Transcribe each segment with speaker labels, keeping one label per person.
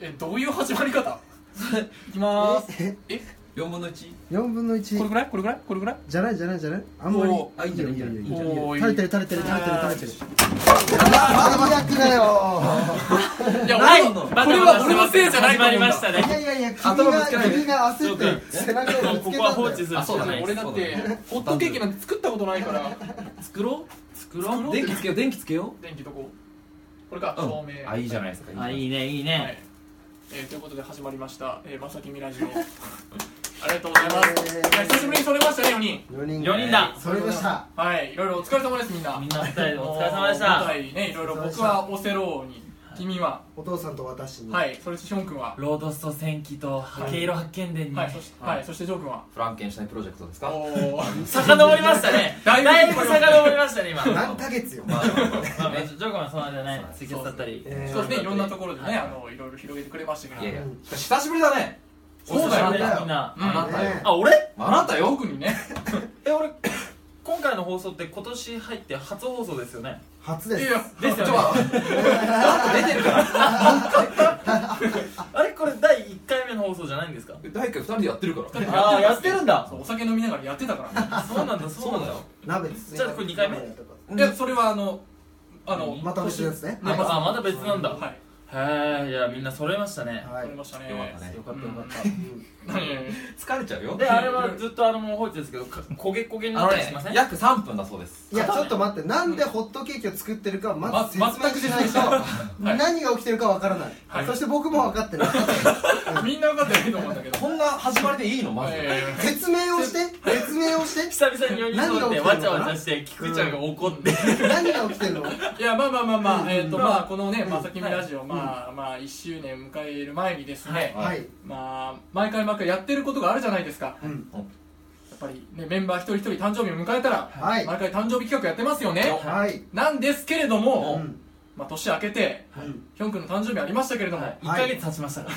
Speaker 1: えどういう始まり方
Speaker 2: いきまーす
Speaker 1: え
Speaker 3: 4分の1
Speaker 4: 四分の一
Speaker 1: これぐらいこれぐらいこれぐらい
Speaker 4: じゃないじゃないじゃないあんまり
Speaker 1: お
Speaker 3: ーあいいんじゃない
Speaker 4: よよ
Speaker 3: いいんじゃ
Speaker 4: よ
Speaker 1: ない
Speaker 4: よ
Speaker 1: おーいい
Speaker 4: 垂れてる垂れてる垂れてる垂れてる
Speaker 5: 最悪だよ
Speaker 1: いや
Speaker 3: ない
Speaker 1: 俺これは俺のせいじゃないと思
Speaker 2: 始まり
Speaker 1: うんだ
Speaker 2: ました
Speaker 5: い
Speaker 2: ね
Speaker 5: やいやいや君
Speaker 3: 頭ぶ
Speaker 5: が
Speaker 3: つけないで
Speaker 5: 君が焦って背中をぶつ
Speaker 2: こ
Speaker 5: け
Speaker 2: こは
Speaker 5: たん
Speaker 2: 放
Speaker 5: だ
Speaker 2: 置す
Speaker 5: よ
Speaker 2: る
Speaker 3: あそうだね
Speaker 1: 俺だってホットケーキなんて作ったことないから
Speaker 2: 作ろう作ろ
Speaker 1: ろ
Speaker 2: う
Speaker 1: う
Speaker 3: 電気つけよう電気つけよ
Speaker 1: 電気どここれか
Speaker 3: う、うん
Speaker 1: 照明
Speaker 3: あいいじゃないですか
Speaker 2: あい
Speaker 3: い
Speaker 2: いねい
Speaker 1: はい
Speaker 2: いね
Speaker 1: えーということで始まりました「えー、まさきみラジオ」ありがとうございますいや久しぶりに撮れましたね4人
Speaker 4: 四人
Speaker 2: 4人だ
Speaker 5: それでした
Speaker 1: はいいろいろお疲れ様ですみんな
Speaker 2: みんな二人でお疲れ様でした
Speaker 1: もう舞台ねいろいろ僕はオセローに君は
Speaker 4: お父さんと私に
Speaker 1: はいそれしてショーン君は
Speaker 2: ロードスト戦記と毛色発見伝に
Speaker 1: はいそして、
Speaker 3: はい
Speaker 1: はい、そしてジョー君は
Speaker 3: フランケンシュタインプロジェクトですか
Speaker 1: おー
Speaker 2: 遡りましたね
Speaker 1: だ
Speaker 2: だ
Speaker 1: い
Speaker 2: い
Speaker 1: ぶ
Speaker 2: ぶ遡りましたね今 ま
Speaker 5: 何ヶ月よ
Speaker 3: まあまあまあ
Speaker 2: あジョー君はそうなんじゃない
Speaker 3: そう
Speaker 2: 水月だったり
Speaker 4: えー
Speaker 1: そうですねいろんなところでね、
Speaker 2: はい
Speaker 1: あのいろいろ広げてくれましたけど
Speaker 3: いやいやしかし久しぶりだね
Speaker 1: そうだよ
Speaker 2: お久しぶりですみん
Speaker 1: う
Speaker 2: なん
Speaker 3: あなたよ
Speaker 4: ね
Speaker 2: あ俺
Speaker 3: あなたよ
Speaker 1: 特にね
Speaker 2: え俺今回の放送って今年入って初放送ですよね
Speaker 4: 初
Speaker 1: い
Speaker 4: で
Speaker 1: やい
Speaker 4: す
Speaker 1: や
Speaker 2: ですよ
Speaker 1: ち
Speaker 2: ね
Speaker 1: ょっ
Speaker 3: あなた出てるから
Speaker 2: あれこれ第1回目の放送じゃないんですか
Speaker 3: 大工2人でやってるから
Speaker 2: ああやってるん
Speaker 1: と
Speaker 2: だ
Speaker 1: そうお酒飲みながらやってたからね
Speaker 2: そうなんだそ
Speaker 3: そ
Speaker 2: うな
Speaker 3: うんだ
Speaker 2: だ
Speaker 3: よ
Speaker 4: 鍋です
Speaker 2: じゃあこれ二回目
Speaker 1: いやそれはあのあの
Speaker 4: また別のやつね
Speaker 1: 年
Speaker 2: あまた別なんだ
Speaker 1: はい
Speaker 2: へえいやみんな揃えましたね
Speaker 4: は
Speaker 1: 撮
Speaker 4: い
Speaker 1: れましたね
Speaker 3: よかったね
Speaker 4: よかったよかった
Speaker 1: うん
Speaker 3: 疲れちゃうよ
Speaker 2: であれはずっとあのもう放置ですけどか焦げ焦げに
Speaker 3: あ
Speaker 2: なっ
Speaker 3: の
Speaker 2: たりし
Speaker 3: ね
Speaker 2: ません
Speaker 3: 約3分だそうです
Speaker 4: いやちょっと待ってなんでホットケーキを作ってるかまず
Speaker 1: ま
Speaker 4: 説明しないと
Speaker 1: 明
Speaker 4: 何が起きてるかわからない
Speaker 1: はい
Speaker 4: そして僕も分かってない
Speaker 1: みんな分 かってないと思うんだけど
Speaker 3: こんな始まりでいいのまず
Speaker 1: えー
Speaker 4: 説明をして説明をして
Speaker 2: 久々に4人揃っ
Speaker 4: 何
Speaker 2: て
Speaker 4: が起
Speaker 2: わ
Speaker 4: きてるの
Speaker 2: ちゃわちゃして菊ちゃんが怒って
Speaker 4: 何が起きてるの
Speaker 1: いやまあまあまあまあえっと
Speaker 2: うん
Speaker 1: まあこのねまさきみラジオまあまあ1周年迎える前にですね
Speaker 3: はい
Speaker 4: はい
Speaker 1: まあ毎回毎回やってることがあるじゃないですかや
Speaker 4: うん
Speaker 1: っぱりねメンバー一人一人誕生日を迎えたら
Speaker 4: はい
Speaker 1: 毎回誕生日企画やってますよね
Speaker 4: はい
Speaker 1: なんですけれど
Speaker 4: う
Speaker 1: も
Speaker 4: ん
Speaker 1: まあ年明けて
Speaker 4: うん
Speaker 1: ヒョン君の誕生日ありましたけれども
Speaker 2: 1ヶ月経ちましたか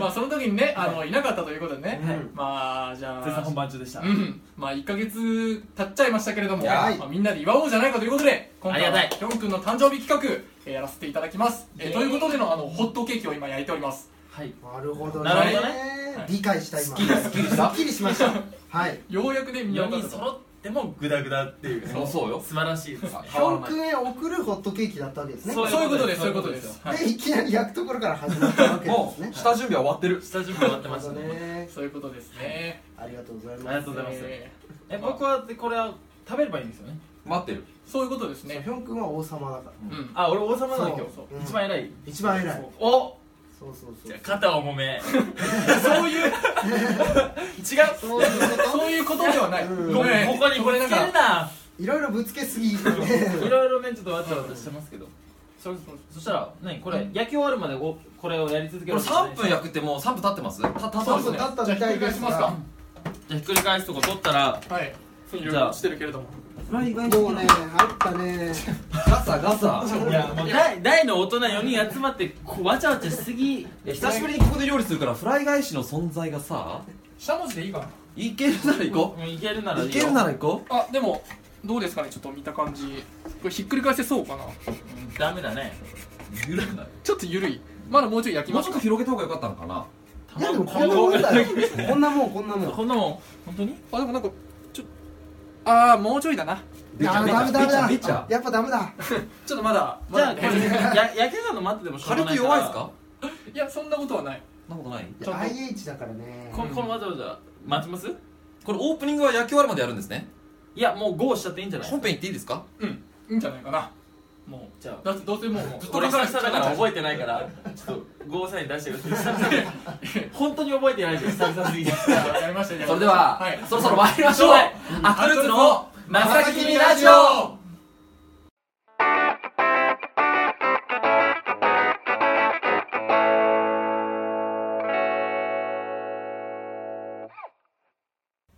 Speaker 1: まあその時にねあのいなかったということでね
Speaker 4: うん
Speaker 1: まあじゃ
Speaker 2: 絶賛
Speaker 1: あ
Speaker 2: 本番中でした
Speaker 1: うん、まあ1ヶ月経っちゃいましたけれども、
Speaker 4: いやはい
Speaker 1: まあ、みんなで祝おうじゃないかということで今回
Speaker 2: ありが
Speaker 1: は
Speaker 2: たい
Speaker 1: ヒョン君の誕生日企画、えーやらせていただきます、えー
Speaker 2: イエーイ
Speaker 1: ということでのあのホットケーキを今焼いております
Speaker 2: はい
Speaker 4: なるほどね
Speaker 2: なるほどね
Speaker 4: はい理解した今
Speaker 3: すっきりした
Speaker 4: すっきりしましたはい
Speaker 1: ようやくねみんな
Speaker 2: 4
Speaker 1: 分
Speaker 2: 人
Speaker 1: かった
Speaker 2: 揃ってもグダグダっていうね
Speaker 3: そうそうよ
Speaker 2: 素晴らしいです
Speaker 4: ヒョン君へ送るホットケーキだったわけですね
Speaker 2: そう
Speaker 1: そういうことですそ
Speaker 2: そう
Speaker 1: い
Speaker 2: ういうう
Speaker 1: こ
Speaker 2: ことと
Speaker 1: で
Speaker 2: です
Speaker 1: す、はい
Speaker 4: でいきなり焼くところから始まったわけで
Speaker 3: も
Speaker 4: すね
Speaker 3: う下準備は終わってる
Speaker 2: 下準備終わって
Speaker 4: な
Speaker 2: ま
Speaker 4: る
Speaker 2: し
Speaker 4: ほ
Speaker 2: た
Speaker 4: ど
Speaker 2: ね
Speaker 4: ね
Speaker 1: そういうことですね
Speaker 4: ありがとうござい
Speaker 2: あり
Speaker 4: ま
Speaker 2: が
Speaker 4: す
Speaker 2: とうございます
Speaker 1: え
Speaker 2: え僕はでこれは食べればいいんですよね
Speaker 3: 待ってる
Speaker 1: ーそういうことです
Speaker 4: ヒ
Speaker 1: ね
Speaker 4: ョン君は王様だから
Speaker 1: うん
Speaker 2: あ俺王様なんだ今
Speaker 1: そう
Speaker 4: うん
Speaker 2: 日一番偉い
Speaker 4: 一番偉い
Speaker 2: お
Speaker 4: そうそうそう
Speaker 2: 肩重め
Speaker 1: そういう
Speaker 2: 違う
Speaker 4: そういうこ
Speaker 1: そういうことではない、
Speaker 4: うん
Speaker 2: ご
Speaker 1: ごめ
Speaker 2: め
Speaker 1: ん
Speaker 2: んここに
Speaker 1: こ
Speaker 2: ぶ
Speaker 1: れな
Speaker 2: れ
Speaker 1: ん
Speaker 2: つけ
Speaker 1: か
Speaker 2: るな
Speaker 4: といろいろぶつけすぎ
Speaker 2: いろいろねちょっとわちゃわちゃしてますけどそれそしたら何これ焼き終わるまでおこれをやり続け
Speaker 3: これ
Speaker 2: るんですね
Speaker 3: 3分焼くってもう3分経ってますたたた
Speaker 1: そう
Speaker 4: そ
Speaker 1: で
Speaker 4: う
Speaker 1: す
Speaker 4: そ
Speaker 1: ね
Speaker 4: う立ったみたいです
Speaker 1: じゃあ
Speaker 4: が
Speaker 2: じゃあひっくり返すとこ取ったら
Speaker 1: はい
Speaker 2: じゃあ
Speaker 1: いろいろ落ちてるけれども
Speaker 4: もうねあったね
Speaker 3: ガサガサ
Speaker 2: いやもう大大の大人4人集まってこうわちゃわちゃしすぎ
Speaker 3: いや久しぶりにここで料理するからフライ返しの存在がさ
Speaker 1: 下文字でいいかない
Speaker 3: けるなら行こ
Speaker 2: もういけるなら
Speaker 3: う
Speaker 2: いい
Speaker 3: い
Speaker 2: よ
Speaker 3: けるなら行こ
Speaker 1: あでもどうですかねちょっと見た感じこれひっくり返せそうかな
Speaker 2: うんダメだね
Speaker 3: うゆるくない
Speaker 1: ちょっと緩いまだもうちょい焼き
Speaker 3: も
Speaker 1: ま
Speaker 3: う
Speaker 1: す
Speaker 3: ちょっと広げた方が良かったのかない
Speaker 4: やでもこんなもんだよこんなもんこんなもん
Speaker 2: こんなもん本当に
Speaker 1: あでもなんかちょああもうちょいだな
Speaker 3: 出ちゃ
Speaker 4: あ
Speaker 3: う
Speaker 4: ーダメだダ
Speaker 3: 出
Speaker 4: メ
Speaker 3: ちゃ
Speaker 4: だ
Speaker 3: う
Speaker 4: やっぱダメだ
Speaker 1: ちょっとまだ
Speaker 2: じゃあこれ
Speaker 1: ね
Speaker 2: や焼けたの待っててもしょうが
Speaker 3: 軽
Speaker 2: な
Speaker 3: く
Speaker 2: いから
Speaker 3: 弱いですか
Speaker 1: いやそんなことはない
Speaker 3: そんなことない
Speaker 4: いや IH だからね
Speaker 2: ここのわざわざ待ちます
Speaker 3: これオープニングは焼き終わるまでやるんですね
Speaker 2: いやもうゴーしちゃっていいんじゃない
Speaker 3: 本編行っていいですか
Speaker 1: うんいいんじゃないかなも
Speaker 2: じゃあ
Speaker 1: うだってどうせもうずっと
Speaker 2: 俺
Speaker 1: か
Speaker 2: 久
Speaker 1: ら
Speaker 2: 々だから覚えてないからちょっとゴーサイン出してください久々で 本当に覚えてないじゃん久々す ぎて
Speaker 1: ややりましたね
Speaker 3: それでは、
Speaker 1: はい
Speaker 3: そろそろ参りましょう
Speaker 2: はい
Speaker 3: アクルーツのまさきみラジオ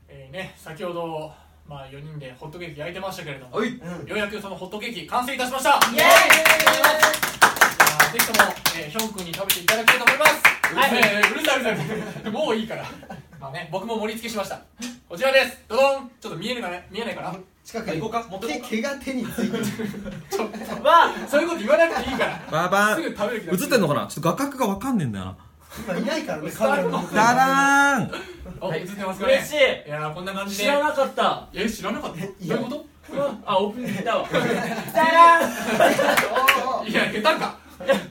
Speaker 1: えーね先ほどまあ4人でホットケーキ焼いてましたけれども
Speaker 3: お
Speaker 1: よ
Speaker 3: いう
Speaker 1: やくそのホットケーキ完成いたしました
Speaker 2: イ
Speaker 1: い
Speaker 2: エ
Speaker 1: や
Speaker 2: ー
Speaker 1: ーぜひとも、えー、ヒョン君に食べていただきたいと思います
Speaker 2: はい
Speaker 1: えーえーうるさいうるさいうるさいもういいからまあね僕も盛り付けしましたこちらですどどんちょっと見えるかね見えないかな
Speaker 4: 近く
Speaker 2: あ行
Speaker 4: に
Speaker 2: こうか持ってこうか
Speaker 4: 毛毛が手についてる
Speaker 2: わ
Speaker 1: そういうこと言わなくていいから
Speaker 3: ババ
Speaker 1: す
Speaker 3: ー
Speaker 1: ぐ食べる気
Speaker 3: 映ってんのかなちょっと画角がわかんねえんだよな
Speaker 4: 今いないからねカメラの向こうに
Speaker 3: ダダーン
Speaker 1: あ映ってますかね
Speaker 2: 嬉し
Speaker 1: いやーこんな感
Speaker 2: い
Speaker 1: じで
Speaker 2: 知らなかった
Speaker 1: え知らなかったどう
Speaker 4: い
Speaker 1: い
Speaker 4: や
Speaker 1: うこ
Speaker 2: うわあオープニングだ わダラー
Speaker 4: お
Speaker 2: ン
Speaker 4: ーお
Speaker 1: といや下手 か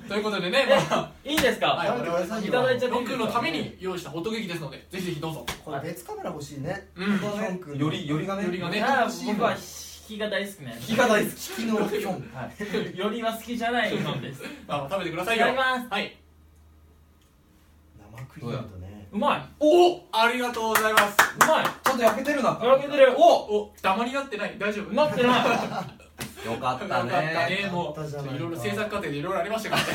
Speaker 1: ということでねまあ
Speaker 2: いいんですか、
Speaker 1: はい
Speaker 4: ー食べて俺さっき
Speaker 2: い
Speaker 4: の
Speaker 2: ただいちゃってい
Speaker 1: ロ
Speaker 2: いで
Speaker 1: ック
Speaker 2: すか
Speaker 1: のために用意したホットケーキですのでぜひぜひどうぞ
Speaker 4: これ別カメラ欲しいね
Speaker 1: うん
Speaker 4: ヒョン君の
Speaker 3: よりよりがね
Speaker 1: よりがね
Speaker 2: あー僕は引きが大好きね
Speaker 3: 引きが大好き
Speaker 4: 引きの
Speaker 3: ヒョン
Speaker 2: はいよりは好きじゃないのですい
Speaker 1: あ食べてくださ
Speaker 2: た
Speaker 1: いよ
Speaker 2: だきます
Speaker 1: はい
Speaker 4: 生クリームとね
Speaker 2: うまい
Speaker 1: おおありがとうございます
Speaker 2: うまい
Speaker 3: ちゃんと焼けてるな
Speaker 2: 焼けてるお
Speaker 1: おダマになってない大丈夫
Speaker 2: なってない
Speaker 1: よ
Speaker 3: よか
Speaker 1: かったねも
Speaker 4: よか
Speaker 1: う
Speaker 4: った
Speaker 1: ち
Speaker 4: じ
Speaker 1: ょ
Speaker 4: ゃ
Speaker 1: っ
Speaker 4: ない
Speaker 1: といろいろ制作過程でいろいろありましたからね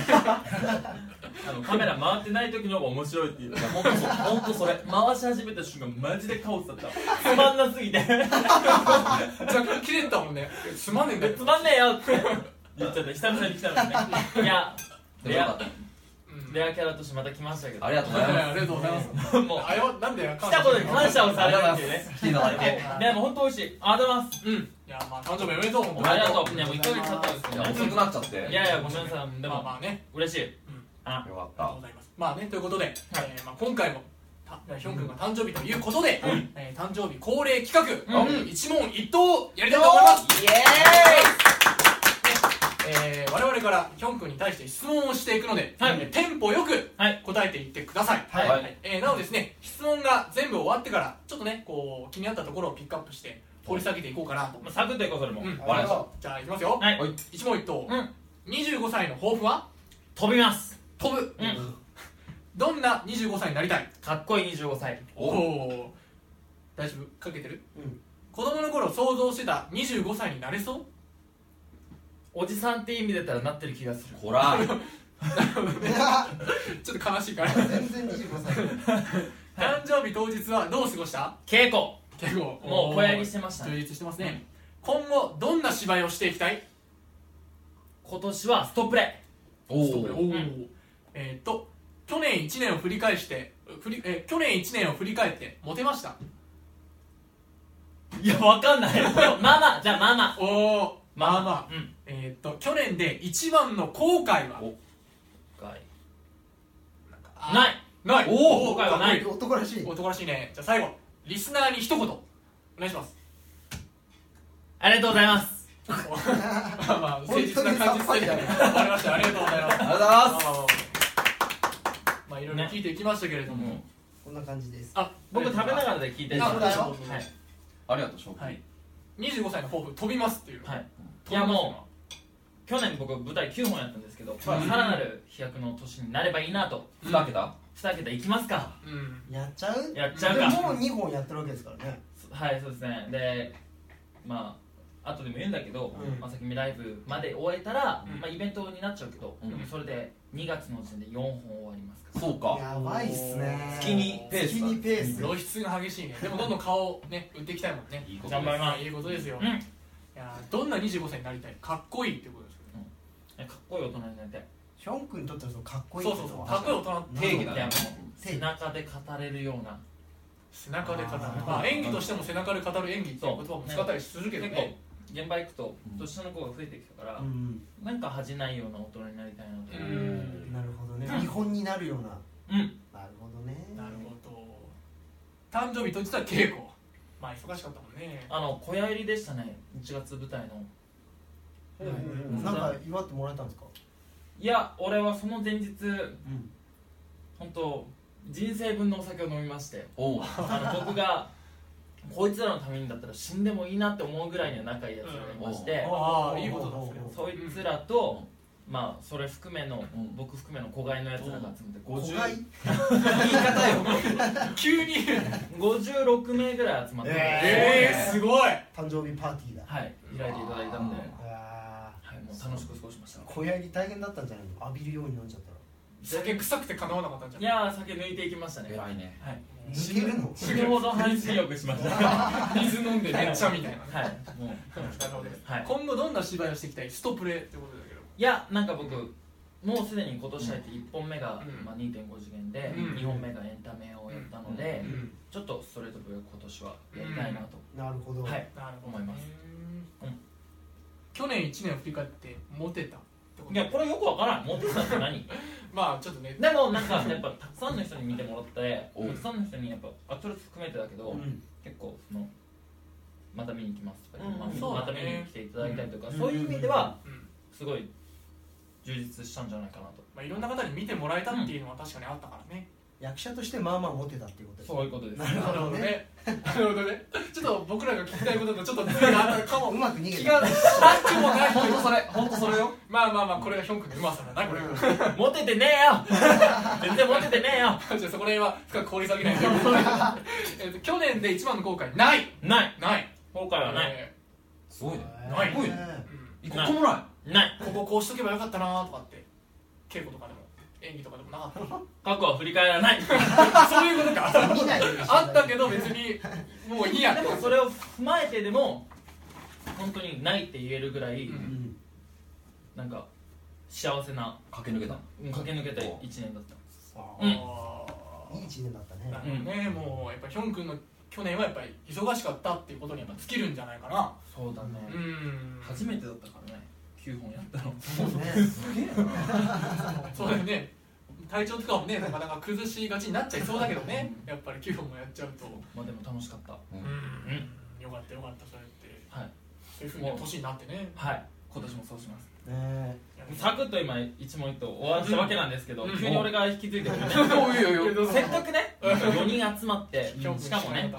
Speaker 2: あのカメラ回ってない時の方が面白いっていう本当そ本当それ回し始めた瞬間マジでカオスだったつまんなすぎて
Speaker 1: 若干切れてたもんねすまんねえんだよ
Speaker 2: つまんねえよって言っちゃった久々に来たのねいや
Speaker 3: でもよかった
Speaker 1: うん
Speaker 2: レアキャラとしてまた来ましたけど
Speaker 3: ありがとうござい
Speaker 1: は
Speaker 3: ま
Speaker 1: いありがとうございます
Speaker 2: とうもう
Speaker 1: あよなんで
Speaker 2: 来たことに感謝をされるっていうね
Speaker 3: す来ていただいて
Speaker 2: でも本当美味しいありがとうございます
Speaker 1: うんいやまあ誕生日おめでとう
Speaker 2: ありがと
Speaker 1: 本当
Speaker 2: う
Speaker 1: に
Speaker 2: ねもう1ヶ月経ったんです
Speaker 3: い
Speaker 2: けど
Speaker 3: や遅くなっちゃって
Speaker 2: いやいやごめんなさいで
Speaker 1: まあ
Speaker 2: も
Speaker 1: まあね
Speaker 2: 嬉しい
Speaker 3: よかっ
Speaker 1: ありがと
Speaker 3: た
Speaker 1: うございますまあねということで、えーまあ、今回もたヒョン君が誕生日ということで、えー誕生日恒例企画、
Speaker 2: うん
Speaker 1: 一問一答をやりたいと思います、
Speaker 2: イエ
Speaker 1: えー我々からヒョン君に対して質問をしていくので、
Speaker 2: はい
Speaker 1: えーテンポよく
Speaker 2: はい
Speaker 1: 答えていってください、
Speaker 2: はい
Speaker 1: えーなおですね質問が全部終わってからちょっとねこう気になったところをピックアップして掘り下げていこうかなと
Speaker 2: ーイサクッといこうそれも
Speaker 1: うん
Speaker 3: わかりました
Speaker 1: じゃあいきますよ、
Speaker 2: はい
Speaker 3: はい
Speaker 1: 一問一答、
Speaker 2: うん
Speaker 1: 25歳の抱負は
Speaker 2: 飛びます
Speaker 1: 飛ぶ、
Speaker 2: うん
Speaker 1: どんな25歳になりたい
Speaker 2: かっこいい25歳
Speaker 1: おお大丈夫かけてる、
Speaker 4: うん
Speaker 1: 子供の頃想像してた25歳になれそう
Speaker 2: おじさんって意味でたらなってる気がする
Speaker 3: こら
Speaker 1: ちょっと悲しいから
Speaker 4: 全然25歳
Speaker 1: 誕生日当日はどう過ごした
Speaker 2: 稽古
Speaker 1: 結構
Speaker 2: もう小やりしてました
Speaker 1: 充
Speaker 2: ね
Speaker 1: 実してますね今後どんな芝居をしていきたい
Speaker 2: 今年はストップレ
Speaker 3: お
Speaker 1: ちょっとこれ
Speaker 3: お
Speaker 1: おーえーっと去年1年を振り返して振り、えー去年1年を振り返ってモテました
Speaker 2: イいやわかんないママじゃあママ
Speaker 1: おおまあまあ
Speaker 2: うん
Speaker 1: えーっと去年で一番の後悔はあ
Speaker 2: ない
Speaker 1: ない
Speaker 2: おー後悔はない
Speaker 1: かっこ
Speaker 4: 男らし
Speaker 1: い
Speaker 4: い
Speaker 1: い男らしいねじゃあ最後リスナーに一言お願いします
Speaker 2: ありがとうございます
Speaker 1: まあまあ誠実な感じですね
Speaker 4: 本当に
Speaker 1: わかりましたありがとうございます
Speaker 3: ありがとうございます
Speaker 1: まあいろいろ聞いていきましたけれども、
Speaker 4: こんな感じです
Speaker 1: あ
Speaker 2: 僕食べながらで聞いてるから
Speaker 1: あ
Speaker 2: はい
Speaker 1: そうだよ
Speaker 3: ありがとう翔くん
Speaker 1: はい25歳の抱負飛びますっていう、
Speaker 2: はいい
Speaker 1: 飛び
Speaker 2: や
Speaker 1: ますよ
Speaker 2: もう去年僕舞台9本やったんですけどさらなる飛躍の年になればいいなと
Speaker 3: ふざけた
Speaker 2: 2桁いきますか
Speaker 1: うん
Speaker 4: やっちゃう
Speaker 2: やっち
Speaker 4: で
Speaker 2: ゃうか
Speaker 4: もう2本やってるわけですからね
Speaker 2: はいそうですねでまあ後でも言うんだけど
Speaker 4: うん
Speaker 2: 「まさきみライブ」まで終えたら、
Speaker 1: うん
Speaker 2: まあ、イベントになっちゃうけど、
Speaker 3: うん
Speaker 2: でもそれで2月の時点で4本終わりますから
Speaker 3: そうか
Speaker 4: やばいっすね
Speaker 3: 月にペース
Speaker 4: 月にペース
Speaker 1: 露出が激しいねでもどんどん顔をね売っていきたいもんね
Speaker 3: いいこと
Speaker 2: 頑張り
Speaker 1: ま
Speaker 2: ま
Speaker 1: あいいことですよ、
Speaker 2: うん
Speaker 1: いやーどんな25歳になりたいかっこいいってことですよね
Speaker 2: すかっこいい大人になりたい
Speaker 4: ヒョン君にとってはそのかっこいい
Speaker 1: そうそうそうかっこいい大人
Speaker 3: 定義だ
Speaker 2: いや
Speaker 3: ね
Speaker 2: もう背中で語れるような
Speaker 1: 背中で語る
Speaker 4: あー
Speaker 1: まあ演技としても背中で語る演技っていう言葉も使ったりするけど
Speaker 2: 結
Speaker 1: ね
Speaker 2: 構現場行くと
Speaker 3: うん
Speaker 2: 年下の子が増えてきたから、
Speaker 4: うん
Speaker 2: なんか恥じないような大人になりたいなと
Speaker 1: う
Speaker 2: うん
Speaker 1: ん
Speaker 4: なるほどね
Speaker 2: うん
Speaker 4: 見本になるような
Speaker 2: うん
Speaker 4: なるほどね
Speaker 1: なるほど誕生日と実は稽古まあ忙しかったもんね
Speaker 2: あの小屋入りでしたね1月舞台の
Speaker 4: うんうんうんなんか祝ってもらえたんですか
Speaker 2: いや俺はその前日
Speaker 4: うん
Speaker 2: 本当人生分のお酒を飲みまして
Speaker 3: おう
Speaker 2: あの僕がこいつらのためにだったら死んでもいいなって思うぐらいには仲いいやつがいまして、
Speaker 1: ああいいことなんですね
Speaker 2: そいつらと、まあそれ含めの、僕含めの子飼いのやつらが集めて
Speaker 4: 子
Speaker 2: 50
Speaker 4: 飼い
Speaker 3: 言い方よ
Speaker 1: 急 に
Speaker 2: 56名ぐらい集まって、
Speaker 1: ええすごい
Speaker 4: 誕生日パーティーだ
Speaker 2: はい開いていただいたんで、は
Speaker 4: あ
Speaker 2: い、もう楽しく過ごしました
Speaker 4: ー小屋に大変だったんじゃないの浴びるように飲んじゃったら
Speaker 1: 酒臭くてかなわなかったんじゃ
Speaker 2: いやー酒抜いていきましたね
Speaker 3: 偉いね
Speaker 2: はい
Speaker 4: 抜けるの
Speaker 2: 死ぬほど半身浴しました は
Speaker 1: ない水飲んでめっちゃみたいなね
Speaker 2: いもう
Speaker 1: なるほど
Speaker 2: はい
Speaker 1: 今後どんな芝居をしていきたいストプレーってことだけど
Speaker 2: いやなんか僕もうすでに今年入って1本目が、
Speaker 1: うん
Speaker 2: まあ、2.5次元で、
Speaker 1: うん
Speaker 2: 2本目がエンタメをやったので、
Speaker 1: うん
Speaker 2: ちょっとストレートブ今年はやりたいなと、
Speaker 4: なるほど、
Speaker 2: はい
Speaker 1: なるほど
Speaker 2: 思います
Speaker 1: うん
Speaker 2: うん
Speaker 1: 去年1年を振り返ってモテたってこと
Speaker 2: いやこれよくわからんモテたって何
Speaker 1: まあちょっとね
Speaker 2: でもなんかやっぱたくさんの人に見てもらって
Speaker 3: お
Speaker 2: たくさんの人にやっぱあちょっと含めてだけど、
Speaker 4: うん
Speaker 2: 結構そのまた見に来ますとか、
Speaker 1: うん
Speaker 2: まあ
Speaker 1: そう
Speaker 2: ま
Speaker 1: だね
Speaker 2: た見に来ていただいたりとか、
Speaker 4: うん
Speaker 2: そういう意味では
Speaker 1: うん
Speaker 2: すごい充実したんじゃないかなと
Speaker 1: まあ、いろんな方に見てもらえたっていうのは確かにあったからね、
Speaker 4: 役者としてまあまあモテたっていうことです
Speaker 2: そういうことです
Speaker 4: なるほど
Speaker 1: ね なるほどねちょっと僕らが聞きたいこととちょっとずれがあったか
Speaker 4: う
Speaker 1: も
Speaker 4: まく逃げ
Speaker 1: 気
Speaker 4: た
Speaker 1: がしたくもない
Speaker 3: 本当それ本当それよ
Speaker 1: まあまあまあこれがヒョン君のうまさだな これがじ
Speaker 2: モテてねえよ全然モテてねえよ
Speaker 1: ゃあそこら辺は深く掘り下げ ないとえっと去年で一番の後悔ない
Speaker 2: ない
Speaker 1: ない
Speaker 2: 後悔はない、
Speaker 1: え
Speaker 3: すごいね
Speaker 1: ない
Speaker 3: すごいね
Speaker 1: ーうん
Speaker 3: 一個もない
Speaker 2: ない
Speaker 1: こここうしとけばよかったなとかって稽古とかでも演技とかでもなかっ
Speaker 2: 過去は振り返らない
Speaker 1: た そういうことか
Speaker 4: 見ないようにして
Speaker 1: あったけど別にもういいや
Speaker 2: でもそれを踏まえてでも本当にないって言えるぐらい、
Speaker 1: うん
Speaker 4: うん
Speaker 2: なんか幸せな
Speaker 3: 駆け抜けた
Speaker 2: うん駆け抜けた1年だった
Speaker 1: あー
Speaker 4: いい一年だったね
Speaker 1: なるほどね、もうやっぱヒョン君の去年はやっぱり忙しかったっていうことにやっぱ尽きるんじゃないかな
Speaker 2: そうだね
Speaker 1: うん
Speaker 2: 初めてだったからね9本やったの
Speaker 4: そうね
Speaker 1: そうだよね体調とかもねなかなか崩しがちになっちゃいそうだけどねやっぱり9本もやっちゃうと
Speaker 2: まあでも楽しかった
Speaker 1: うん、よかったよかったそうやって
Speaker 2: はい
Speaker 1: そういうふうに年になってね
Speaker 2: はい今年もそうします
Speaker 4: ね
Speaker 2: サクッと今一問一答終わったわけなんですけど、
Speaker 1: うん
Speaker 2: 急に俺が引き継いでくれて、
Speaker 1: おいよいよ
Speaker 2: せっかくね4人集まって
Speaker 1: ヒョン君
Speaker 2: しかもね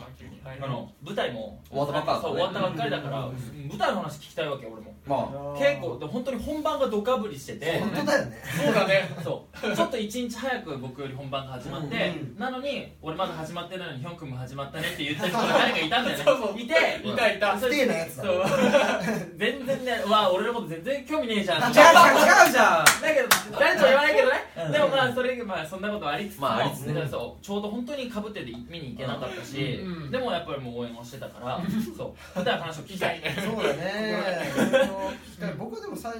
Speaker 1: はい
Speaker 2: あの舞台も
Speaker 3: 終わったばっかだったね
Speaker 2: そう終わったばっかりだから、
Speaker 4: うん
Speaker 2: 舞台の話聞きたいわけ俺も
Speaker 3: ま
Speaker 2: 稽古で本当に本番がドカぶりしてて
Speaker 4: 本当だよね
Speaker 1: そうだね
Speaker 2: そうちょっと一日早く僕より本番が始まって、
Speaker 4: うん
Speaker 2: なのに俺まだ始まってないのにヒョン君も始まったねって言った人が誰かいたんだよね
Speaker 1: そうそう
Speaker 2: いて
Speaker 1: いたいた
Speaker 4: ステーなやつだ
Speaker 2: そう全然ねうわ俺のこと全然興味ねえじゃん
Speaker 3: あ違う違う違うじゃん
Speaker 2: だけど誰とは言わないけどね、
Speaker 3: うん
Speaker 2: でもまあそれまあそんなことありつつも、
Speaker 3: まあありつつね
Speaker 2: だからそうちょうど本当にかぶってて見に行けなかったし、
Speaker 1: うん
Speaker 2: でもやっぱりもう応援をしてたからそう舞台の話を聞きたい
Speaker 4: そうだねそれを聞きたい僕はでもさ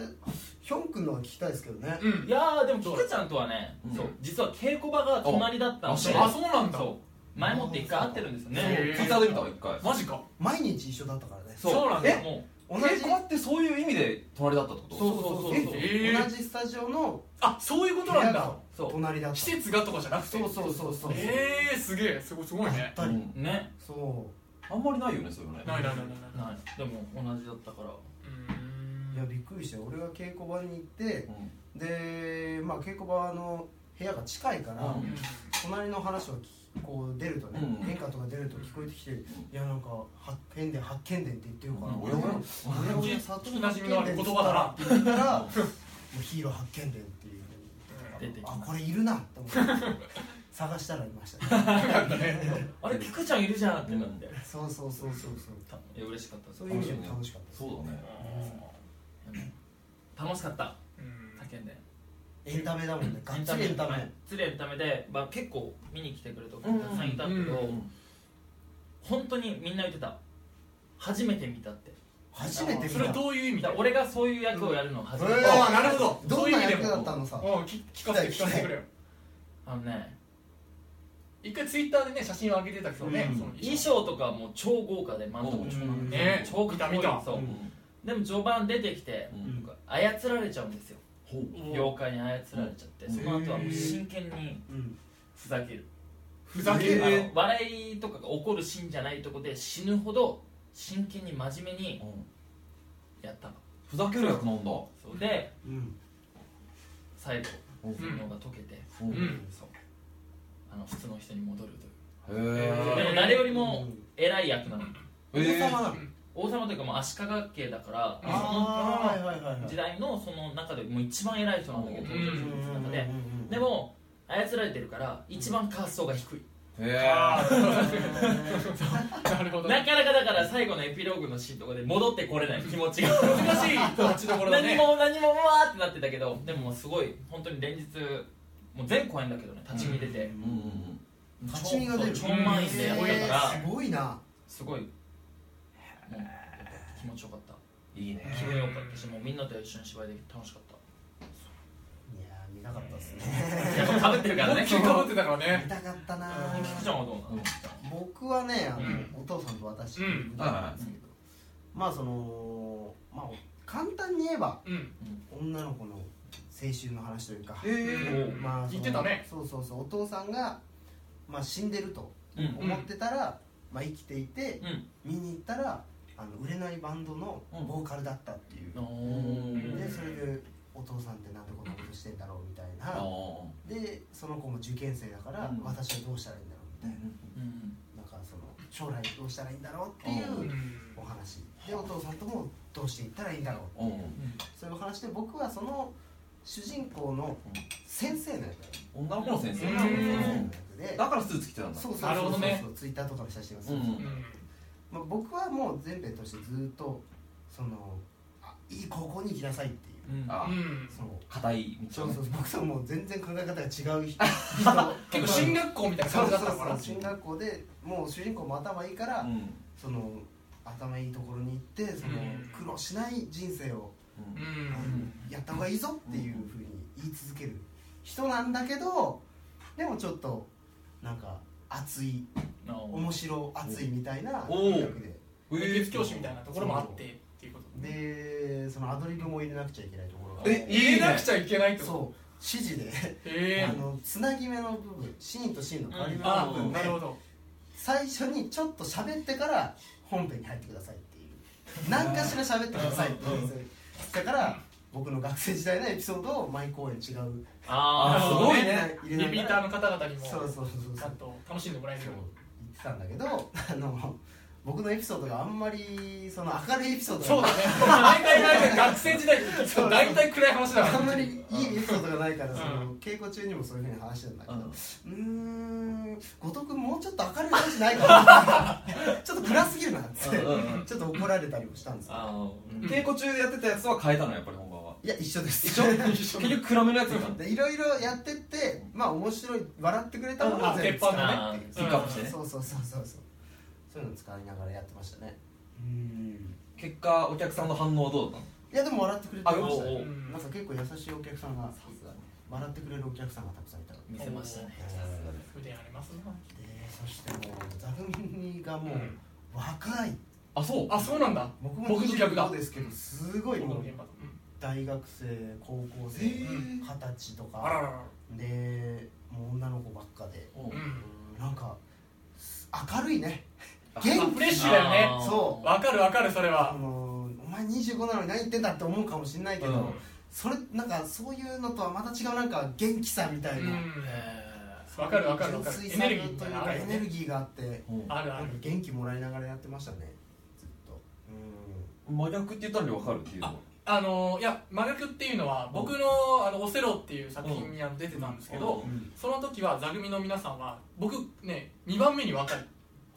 Speaker 4: ヒョン君のは聞きたいですけどね
Speaker 1: うん
Speaker 2: いやーでも菊ちゃんとはね、
Speaker 3: うん
Speaker 2: そう実は稽古場が隣だったん
Speaker 3: あ
Speaker 2: で
Speaker 3: そう
Speaker 1: あそうなんだ
Speaker 2: そう前もって一回会ってるんですよ
Speaker 1: へ
Speaker 2: ね
Speaker 1: ー
Speaker 3: ツイッターで見たわ一回
Speaker 1: マジか
Speaker 4: 毎日一緒だったからね
Speaker 1: そうなんだ
Speaker 2: えも
Speaker 4: 同じ
Speaker 3: 稽古場ってそういう意味で隣だったってこと
Speaker 2: そうそうそうそう
Speaker 1: えー
Speaker 4: 同じスタジオの
Speaker 1: あそういうことなんだ
Speaker 2: うそう
Speaker 4: 隣だった
Speaker 1: 施設がとかじゃなくて
Speaker 4: そうそうそうそう
Speaker 1: えー、すげえすごいすごいね
Speaker 4: そう
Speaker 3: うん
Speaker 2: ね
Speaker 4: そ
Speaker 3: あんまりないよねそういうのね
Speaker 1: ないないないないない
Speaker 2: ないでも同じだったから
Speaker 4: ういやびっくりして俺が稽古場に行って
Speaker 3: うん
Speaker 4: でまあ稽古場の部屋が近いから、
Speaker 3: うん
Speaker 4: 隣の話を聞きこう出るとね、
Speaker 3: うん
Speaker 4: 変化とか出ると聞こえてきて、いやなんか発見で発見伝って言ってるから、
Speaker 3: うんお
Speaker 4: 俺
Speaker 3: やおや
Speaker 4: 俺俺
Speaker 1: 聞き
Speaker 4: さっと
Speaker 1: 馴染みのある言葉だな
Speaker 4: 発見伝って言ったらもうヒーロー発見伝っていう
Speaker 2: 出てき
Speaker 4: あ
Speaker 2: ま
Speaker 4: これいるなと思って探したらいました、 ね、
Speaker 2: あれ菊ちゃんいるじゃんってなって、い
Speaker 4: そうそうそうそうそう
Speaker 2: や嬉しかったです
Speaker 4: そういう意味でも楽しかったです
Speaker 3: そうだね
Speaker 2: 楽しかった
Speaker 1: うん
Speaker 2: 叫んで
Speaker 4: エンタメだもんねがっつりエンタメ
Speaker 2: はい釣りエンタメで、まあ、結構見に来てくれた方たくさんいたけど、
Speaker 3: うん
Speaker 2: 本当にみんな言ってた初めて見たって
Speaker 4: 初めて見た
Speaker 1: それどういう意味だ
Speaker 2: だから俺がそういう役をやるの初めて、
Speaker 4: うんえー
Speaker 1: ああなるほど
Speaker 4: ど
Speaker 1: そうんいう
Speaker 4: な
Speaker 1: 意味
Speaker 4: 役
Speaker 1: でも
Speaker 4: だったのさ
Speaker 1: うんき聞かせて聞かせてくれよ
Speaker 2: あのね
Speaker 1: 一回ツイッターでね写真を上げてたけどね
Speaker 3: うん
Speaker 1: その
Speaker 2: 衣装とかもう超豪華でマントも超なんで
Speaker 1: ね
Speaker 2: 超かっこいい
Speaker 1: 見た見た
Speaker 2: そううんでも序盤出てきて、
Speaker 3: うん
Speaker 2: 僕操られちゃうんですよ
Speaker 3: ほう
Speaker 2: 妖怪に操られちゃって、
Speaker 3: うん
Speaker 2: その後はもう真剣に
Speaker 4: うん
Speaker 2: ふざける、
Speaker 1: ふざけ
Speaker 4: え
Speaker 1: る
Speaker 4: ー
Speaker 2: あの笑いとかが起こるシーンじゃないとこで死ぬほど真剣に真面目に
Speaker 3: うん
Speaker 2: やったの
Speaker 3: ふざける役なんだ
Speaker 2: そうで
Speaker 4: うん
Speaker 2: 最後
Speaker 3: うん
Speaker 2: そういうのが解けて、
Speaker 3: うん
Speaker 1: うん
Speaker 2: そうあの普通の人に戻ると
Speaker 3: へー
Speaker 2: いうでも誰よりも
Speaker 4: うん
Speaker 2: 偉い役なの
Speaker 4: 王
Speaker 3: えー
Speaker 4: 様なの
Speaker 2: 王様というかもう足利家だからそ
Speaker 4: あー
Speaker 2: の
Speaker 4: はいはいはいはい
Speaker 2: 時代のその中でもう一番偉い人なんだけど
Speaker 3: うん
Speaker 2: 登場人物の中ででも操られてるから一番滑走が低い
Speaker 3: へ
Speaker 1: あ
Speaker 3: ー
Speaker 1: あなるほど
Speaker 2: な
Speaker 1: ね
Speaker 2: かなかだから最後のエピローグのシーンとかで戻ってこれない気持ちが
Speaker 1: 難しい立ちどころだ
Speaker 2: 何
Speaker 1: ね
Speaker 2: も何もうわーってなってたけどでももうすごい本当に連日もう全公演だけどね立ち見出て
Speaker 3: うんうん
Speaker 4: 立ち見が出る
Speaker 2: 超そう超満員でや
Speaker 1: ね
Speaker 2: っ
Speaker 1: 多い
Speaker 2: たから
Speaker 4: すごいな
Speaker 2: すごいもう気持ちよかっ
Speaker 3: うんいいね
Speaker 2: た気分よかったしもうみんなと一緒に芝居できて楽しかった
Speaker 4: いや見なかったですね
Speaker 2: やっぱかぶってるからね
Speaker 1: 結構被ってたからね
Speaker 4: 見たかったな
Speaker 2: うん菊ちゃんはどうなの
Speaker 4: 僕はねあの、
Speaker 2: うん
Speaker 4: お父さんと私
Speaker 1: う
Speaker 4: み
Speaker 1: ん
Speaker 4: たいなんですけど、まあそのまあ簡単に言えば
Speaker 1: うん
Speaker 4: 女の子の青春の話というか、
Speaker 1: えー
Speaker 4: まあそ
Speaker 1: 言
Speaker 4: の
Speaker 1: ってたね
Speaker 4: そうそうそうお父さんが、まあ、死んでると
Speaker 2: うん
Speaker 4: 思ってたら、まあ、生きていて、
Speaker 2: うん
Speaker 4: 見に行ったらあの売れないバンドの
Speaker 2: うん
Speaker 4: ボーカルだったっていう、
Speaker 1: うん
Speaker 4: でそれでお父さんってなんてこんなことしてんだろうみたい
Speaker 3: あ
Speaker 4: な、
Speaker 3: ー
Speaker 4: でその子も受験生だから、
Speaker 2: うん
Speaker 4: 私はどうしたらいいんだろうみたいな,、
Speaker 2: うん
Speaker 4: なんかその将来どうしたらいいんだろうっていうう、
Speaker 1: ん
Speaker 4: お話でお父さんともどうしていったらいいんだろう
Speaker 3: うん
Speaker 4: そういう話で僕はその主人公の先生の役
Speaker 3: 女の子の先生
Speaker 1: うん
Speaker 4: だよ先生の役で
Speaker 3: だからスーツ着てたんだ
Speaker 4: そうそう
Speaker 1: なる
Speaker 4: そ
Speaker 1: ほ
Speaker 4: う
Speaker 1: ど
Speaker 4: そう
Speaker 1: ね
Speaker 4: そうツイッターとかの写真はそう
Speaker 3: う
Speaker 4: そうん
Speaker 1: うん
Speaker 4: まあ僕はもう全編としてずっとそのあいい高校に行きなさいっていう
Speaker 2: うん
Speaker 3: あ
Speaker 1: うん
Speaker 4: その
Speaker 3: 硬い
Speaker 4: そ
Speaker 3: 道
Speaker 4: う
Speaker 3: ね
Speaker 4: そう僕とはもう全然考え方が違 う人人
Speaker 1: 結構進学校みたいな
Speaker 4: そ
Speaker 1: 感
Speaker 4: う
Speaker 1: じ
Speaker 4: そ
Speaker 1: だった
Speaker 4: う
Speaker 1: のか
Speaker 4: そ
Speaker 1: な
Speaker 4: う進学校でもう主人公も頭いいから、
Speaker 3: うん
Speaker 4: その頭いいところに行ってその
Speaker 1: うん
Speaker 4: 苦労しない人生を
Speaker 3: うん
Speaker 1: うん
Speaker 4: やった方がいいぞっていうふうに言い続ける人なんだけどでもちょっとなんか熱い
Speaker 2: なお
Speaker 4: 面白熱いみたいな
Speaker 3: おう
Speaker 4: 役で
Speaker 1: 熱血教師みたいなところもあってっていうこと
Speaker 4: でそのアドリブも入れなくちゃいけないところが
Speaker 3: え
Speaker 1: 入れなくちゃいけないってこと
Speaker 4: そう指示で、
Speaker 1: へ
Speaker 4: あ
Speaker 1: え
Speaker 4: のつなぎ目の部分シーンとシーンの変わり目の
Speaker 1: あ
Speaker 4: 部分で
Speaker 1: なるほど
Speaker 4: 最初にちょっと喋ってから本編に入ってくださいっていう何かしら喋ってくださいっていうだから僕の学生時代のエピソードを毎公演違う
Speaker 2: あー
Speaker 1: あ
Speaker 2: す
Speaker 1: ー
Speaker 2: ごい
Speaker 1: い
Speaker 4: ね
Speaker 1: リピーターの方々にも
Speaker 4: そうそうそう
Speaker 1: ち
Speaker 4: そ
Speaker 1: ゃ
Speaker 4: うん
Speaker 1: と楽しんでもらえる
Speaker 4: そう
Speaker 1: よう
Speaker 4: 言ってたんだけどあの僕のエピソードがあんまりその明るいエピソー
Speaker 1: に
Speaker 4: ド
Speaker 1: そう
Speaker 4: が
Speaker 1: だね大体大体学生時代そう大体暗い話だか
Speaker 4: あ
Speaker 1: ら
Speaker 4: んまりいいエピソードがないから
Speaker 1: うん
Speaker 4: その稽古中にもそういうふうに話してたんだけど
Speaker 3: うん
Speaker 4: うーん後藤君もうちょっと明るい話ないかなちょっと暗すぎるなっつって
Speaker 3: うんうんうん
Speaker 4: ちょっと怒られたりもしたんですよ
Speaker 3: あの
Speaker 4: うん
Speaker 3: 稽古中でやってたやつは変えたのやっぱり本番はい
Speaker 4: や一緒です
Speaker 3: 一緒結局暗めのやついたの
Speaker 4: でいろいろやってってまあ面白い笑ってくれたものを全部使う
Speaker 2: あ
Speaker 4: っていう
Speaker 2: 鉄
Speaker 3: 板のねピックアップしてね
Speaker 4: そうそうそうそうそうそういうの使いながらやってましたねうん
Speaker 3: 結果お客さんの反応はどうだっ
Speaker 4: いやでも笑ってくれてました
Speaker 2: あおうお
Speaker 4: ね
Speaker 2: う
Speaker 1: うん
Speaker 4: なんか結構優しいお客さんが笑ってくれるお客さんがたくさんいたの
Speaker 2: 見せましたね
Speaker 1: 腕ありますね
Speaker 4: でそしてもうザルミがもう
Speaker 1: うん
Speaker 4: 若い
Speaker 3: たのあそう
Speaker 1: あそうなんだ
Speaker 4: 僕も
Speaker 1: 僕の逆だ
Speaker 4: 25ですけどすごい
Speaker 1: 僕
Speaker 4: も
Speaker 1: の
Speaker 4: う
Speaker 1: 現場と
Speaker 4: 大学生高校生
Speaker 3: え
Speaker 4: 二
Speaker 3: ー
Speaker 4: 十歳と
Speaker 1: あらら
Speaker 4: から
Speaker 1: ら
Speaker 4: でもう女の子ばっかで
Speaker 3: うん
Speaker 1: うん
Speaker 4: うんなんかす明るいね
Speaker 3: あ
Speaker 4: 元
Speaker 1: フ
Speaker 4: 気
Speaker 1: レッシュだよね
Speaker 2: あー
Speaker 4: そ
Speaker 1: わかるわかるそれ
Speaker 4: あ
Speaker 1: は
Speaker 4: のお前25なのに何言ってんだって思うかもしれないけど、
Speaker 3: うん
Speaker 4: それなんかそういうのとはまた違うなんか元気さみた
Speaker 1: う
Speaker 4: いな、
Speaker 1: んわかるわかるわか
Speaker 4: 純
Speaker 1: るエ
Speaker 4: 粋さ
Speaker 1: ネ
Speaker 4: とい
Speaker 1: ル
Speaker 4: う
Speaker 1: ギーみたいなの
Speaker 4: か
Speaker 1: ある
Speaker 4: エ
Speaker 1: よ
Speaker 4: ネル
Speaker 1: ね
Speaker 4: ギーがあって
Speaker 3: うん
Speaker 1: あるあ
Speaker 4: なん
Speaker 1: る
Speaker 4: か元気もらいながらやってましたねずっと
Speaker 3: 真逆って言ったのに分かるっていうの
Speaker 1: あのいや真逆っていうのは僕の「あのオセロ」っていう作品にあの出てたんですけど
Speaker 4: うん、うん
Speaker 1: その時は座組の皆さんは僕ね2番目に若い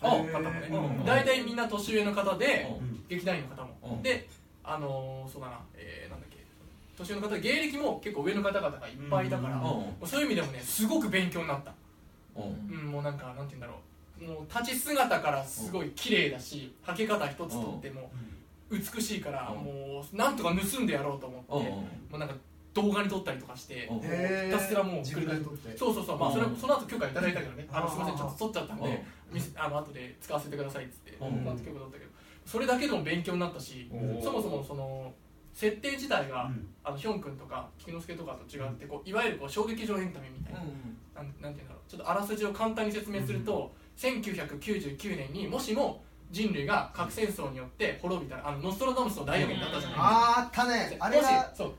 Speaker 3: あ
Speaker 1: 方
Speaker 4: へー
Speaker 1: で大体みんな年上の方で
Speaker 3: うん
Speaker 4: うん
Speaker 1: 劇団員の方
Speaker 3: う
Speaker 1: も
Speaker 3: ん
Speaker 1: であのそうだなえーなんだっけ年上の方芸歴も結構上の方々がいっぱいいたから
Speaker 4: うん
Speaker 1: もうそういう意味でもねすごく勉強になった
Speaker 3: うんうん
Speaker 1: うん、もうなんかなんて言うんだろうもう立ち姿からすごい綺麗だしはけ方一つとっても美しいから
Speaker 3: うん
Speaker 1: もうなんとか盗んでやろうと思
Speaker 3: うん
Speaker 1: ってもうなんか動画に撮ったりとかして
Speaker 3: うん
Speaker 4: へー
Speaker 1: ひたすらもう
Speaker 4: 自分で撮って
Speaker 1: そうそうそうまあそれ
Speaker 3: うん
Speaker 1: その後許可いただいたけどねあ
Speaker 4: あ
Speaker 1: の
Speaker 4: ー
Speaker 1: すいませんちょっと撮っちゃったん
Speaker 3: うん
Speaker 1: で見せあの後で使わせてくださいっつって
Speaker 3: うん
Speaker 1: なんて許可取ったけどそれだけでも勉強になったし
Speaker 2: うん
Speaker 1: そもそもその設定自体が
Speaker 4: うん
Speaker 1: あのヒョン君とか菊之助とかと違ってこういわゆるこう衝撃場エンタメみたいな
Speaker 3: う
Speaker 1: なんなんていうんだろうちょっとあらすじを簡単に説明すると、1999年にもしも人類が核戦争によって滅びたらあのノストラダムスの大予言だったじゃないですか、
Speaker 4: あーあったねあれ
Speaker 1: もし
Speaker 4: が
Speaker 1: そう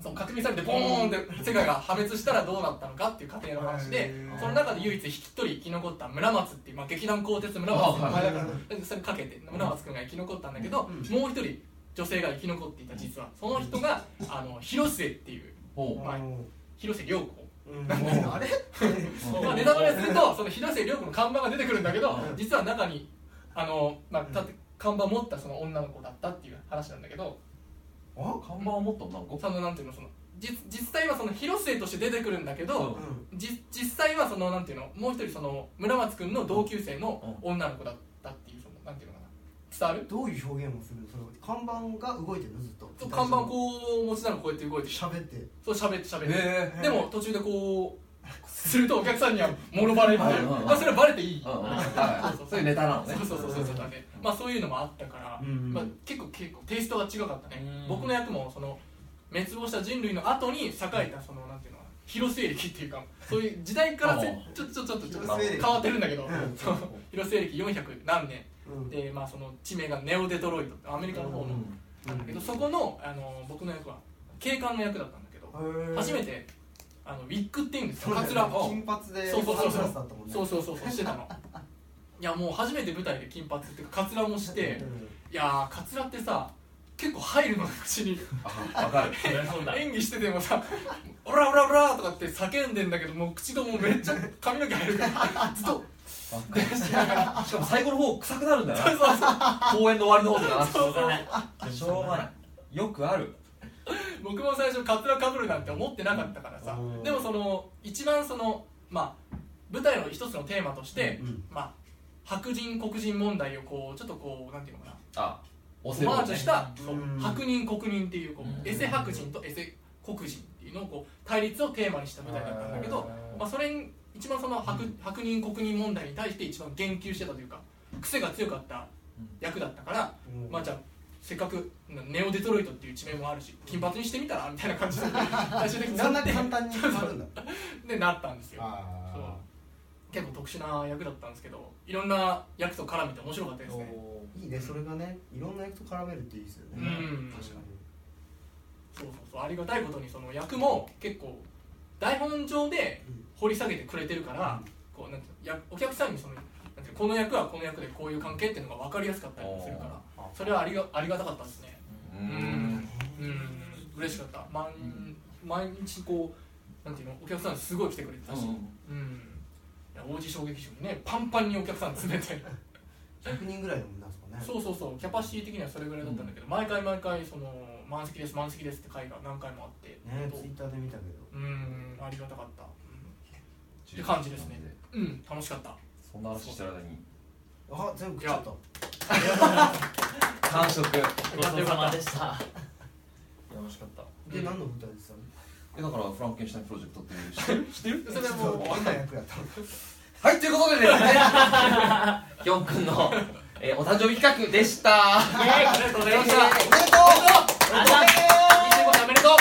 Speaker 1: そう確認されてボーンって世界が破滅したらどうなったのかっていう過程の話
Speaker 4: へ
Speaker 1: で
Speaker 4: ー
Speaker 1: その中で唯一引き取り生き残った村松っていう、まあ、劇団鋼鉄村松っていう名前だからでそれかけて村松君が生き残ったんだけど、
Speaker 4: う
Speaker 1: もう一人女性が生き残っていた実はその人があの広末っていうん
Speaker 3: うん
Speaker 1: まあ
Speaker 4: あの
Speaker 1: 広末涼子
Speaker 4: うんあれ
Speaker 1: まあ、ネタバレするとその広瀬涼子の看板が出てくるんだけど
Speaker 4: うん
Speaker 1: 実は中にあの、まあ、立って看板を持ったその女の子だったっていう話なんだけど
Speaker 4: あ
Speaker 3: 看板を持ったのなんか
Speaker 1: そのなんていうのその実実際はその広瀬として出てくるんだけど、
Speaker 4: う
Speaker 1: じ実際はそのなんていうのもう一人その村松君の同級生の女の子だったっていうそのなんていうのかな伝わる
Speaker 4: どういう表現をするのその看板が動いてるのずっと
Speaker 1: そう看板こう持ちながらこうやって動いて
Speaker 4: 喋って
Speaker 1: そう喋って喋って、
Speaker 3: え
Speaker 4: ー
Speaker 1: でも途中でこうするとお客さんにはもろバレって
Speaker 3: うんうんうん
Speaker 1: まあそれはバレていい、
Speaker 3: うんうんはいそういうネタなのね
Speaker 1: そうそうそうそうそうだねまあそういうのもあったから、
Speaker 4: うん
Speaker 1: まあ、結構結構テイストが違かったね、
Speaker 2: うん
Speaker 1: 僕の役もその滅亡した人類の後に栄えたそのなんていうのかな広末歴っていうかそういう時代からせ
Speaker 3: あ
Speaker 1: ちょちょちょっとちょっと
Speaker 4: 広末
Speaker 1: 変
Speaker 4: 歴
Speaker 1: わってるんだけど、
Speaker 4: ん
Speaker 1: そう広末歴400何年
Speaker 4: うん
Speaker 1: で、まあ、その地名がネオデトロイトってアメリカの方の、なんだけどそこのあの僕の役は警官の役だったんだけど、
Speaker 4: うん
Speaker 1: 初め
Speaker 4: て
Speaker 1: てあのウィッグっていうんです
Speaker 4: そ
Speaker 1: よ
Speaker 4: うだ
Speaker 1: カ
Speaker 4: よ
Speaker 1: ツ
Speaker 4: ね
Speaker 1: ラを
Speaker 4: 金髪で
Speaker 1: そうそうそうそう
Speaker 4: サングラスだったもんね
Speaker 1: そうそうそうそうしてた のいやもう初めて舞台で金髪っていうかカツラもして
Speaker 4: うん
Speaker 1: いやーカツラってさ結構入るの口に
Speaker 3: あわかる
Speaker 2: そりゃそうだ
Speaker 1: 演技しててもさ「オラオラオラ!」とかって叫んでんだけどもう口がもうめっちゃ髪の毛 入るからずっと
Speaker 3: しかも最後の方臭くなるんだよ
Speaker 1: そうそうそう
Speaker 3: な公演の終わりの方とか
Speaker 2: しょうがない
Speaker 3: なしょうがないよくある
Speaker 1: 僕も最初カツラかぶるなんて思ってなかったからさ
Speaker 4: うん
Speaker 1: でもその一番そのまあ舞台の一つのテーマとして、
Speaker 4: うん
Speaker 1: まあ白人黒人問題をこうちょっとこうなんていうのかな
Speaker 3: あお
Speaker 1: オマージュした
Speaker 2: うん
Speaker 1: そう
Speaker 4: うん
Speaker 1: 白人黒人っていうこ
Speaker 2: うん
Speaker 1: うエセ白人とエセ黒人っていうのをこう対立をテーマにした舞台だったんだけど、まあ、それに一番その白白人黒人問題に対して一番言及してたというか癖が強かった役だったから、
Speaker 4: うん
Speaker 1: まあじゃあせっかくネオデトロイトっていう地名もあるし金髪にしてみたらみたいな感 じで最終的に
Speaker 4: そん
Speaker 1: な
Speaker 4: な
Speaker 1: って
Speaker 4: 簡単に変わるんだ
Speaker 1: でなったんですよ
Speaker 4: あ
Speaker 1: 結構特殊な役だったんですけどいろんな役と絡めて面白かったですね
Speaker 4: ーいいねそれがねいろんな役と絡めるっていいですよね
Speaker 1: うん
Speaker 4: 確かに
Speaker 1: そうそうそうありがたいことにその役も結構台本上で掘り下げてくれてるから、こうなんていうのやお客さんにそのなんていうのこの役はこの役でこういう関係っていうのが分かりやすかったりもするから
Speaker 4: あ
Speaker 1: それはありがありがたかったですね
Speaker 3: う
Speaker 1: うん
Speaker 3: ん
Speaker 1: うん嬉しかった毎,、毎日こうなんていうのお客さんすごい来てくれてたし、うんいや王子小劇場にねパンパンにお客さん詰め て
Speaker 4: 100人ぐらいのもんなんですかね
Speaker 1: そうそうそうキャパシティ的にはそれぐらいだったんだけど、毎回毎回その満席です満席ですって回が何回もあって
Speaker 4: ね
Speaker 1: 本当
Speaker 4: ツイッターで見たけど
Speaker 1: うんありがたかったって感じですねうん楽しかった
Speaker 3: そんな話してる間に
Speaker 4: あ全部食っちゃった
Speaker 3: 完食え
Speaker 2: ごちそうさまでしたいや美味しかった
Speaker 4: で、
Speaker 1: うん
Speaker 4: 何の舞台ですか
Speaker 3: だからフランケンシュタインプロジェクトっていう知ってる知ってる
Speaker 1: それ はもう
Speaker 4: 変な役やった
Speaker 3: はい、ということでですね、きょんくんの、 えーお誕生日企画でした。
Speaker 2: イエーイありがとうございました
Speaker 3: おめでとう
Speaker 2: ありがとう
Speaker 1: 25歳おめでとう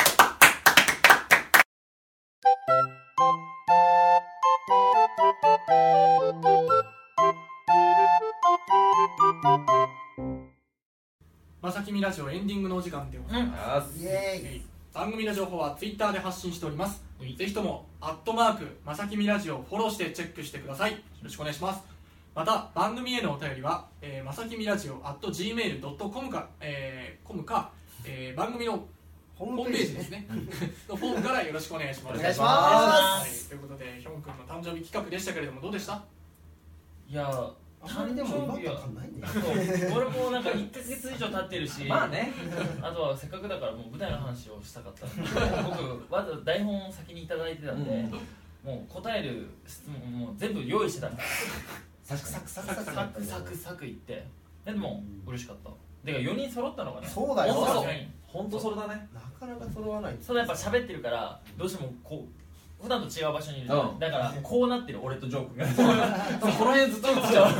Speaker 1: まさきみラジオエンディングのお時間でございます
Speaker 2: うん
Speaker 3: あ
Speaker 4: イエーイ
Speaker 1: 番組の情報はツイッターで発信しておりますぜひとも「アットマークまさきみラジオ」をフォローしてチェックしてくださいよろしくお願いしますまた番組へのお便りは、えー、まさきみラジオ at gmail.com か、えー、コムか、えー、番組の
Speaker 4: ホ
Speaker 1: ホームページですねのフォームからよろしくお願いします
Speaker 3: お願いします
Speaker 1: はい、ということでヒョン君の誕生日企画でしたけれどもどうでした
Speaker 2: いや
Speaker 4: あんまりでも奪った感ないね
Speaker 2: そう俺もなんか1ヶ月以上経ってるし
Speaker 3: まあね、
Speaker 2: あとはせっかくだからもう舞台の話をしたかったんで僕わざわざ台本を先にいただいてたんで、
Speaker 3: うん
Speaker 2: もう答える質問も全部用意してたんで
Speaker 3: サクサク
Speaker 2: サクサクサクサクいってでも嬉しかったで4人揃ったのがね
Speaker 4: そうだよ
Speaker 2: 本当
Speaker 3: そう
Speaker 2: 4人
Speaker 3: 本当それだね。
Speaker 4: なかなか揃わない
Speaker 2: そのやっぱ喋ってるからどうしてもこう普段と違う場所にいるじゃん
Speaker 3: うん
Speaker 2: だからこうなってる俺とジョー君が
Speaker 3: この辺ずっと映っちゃう。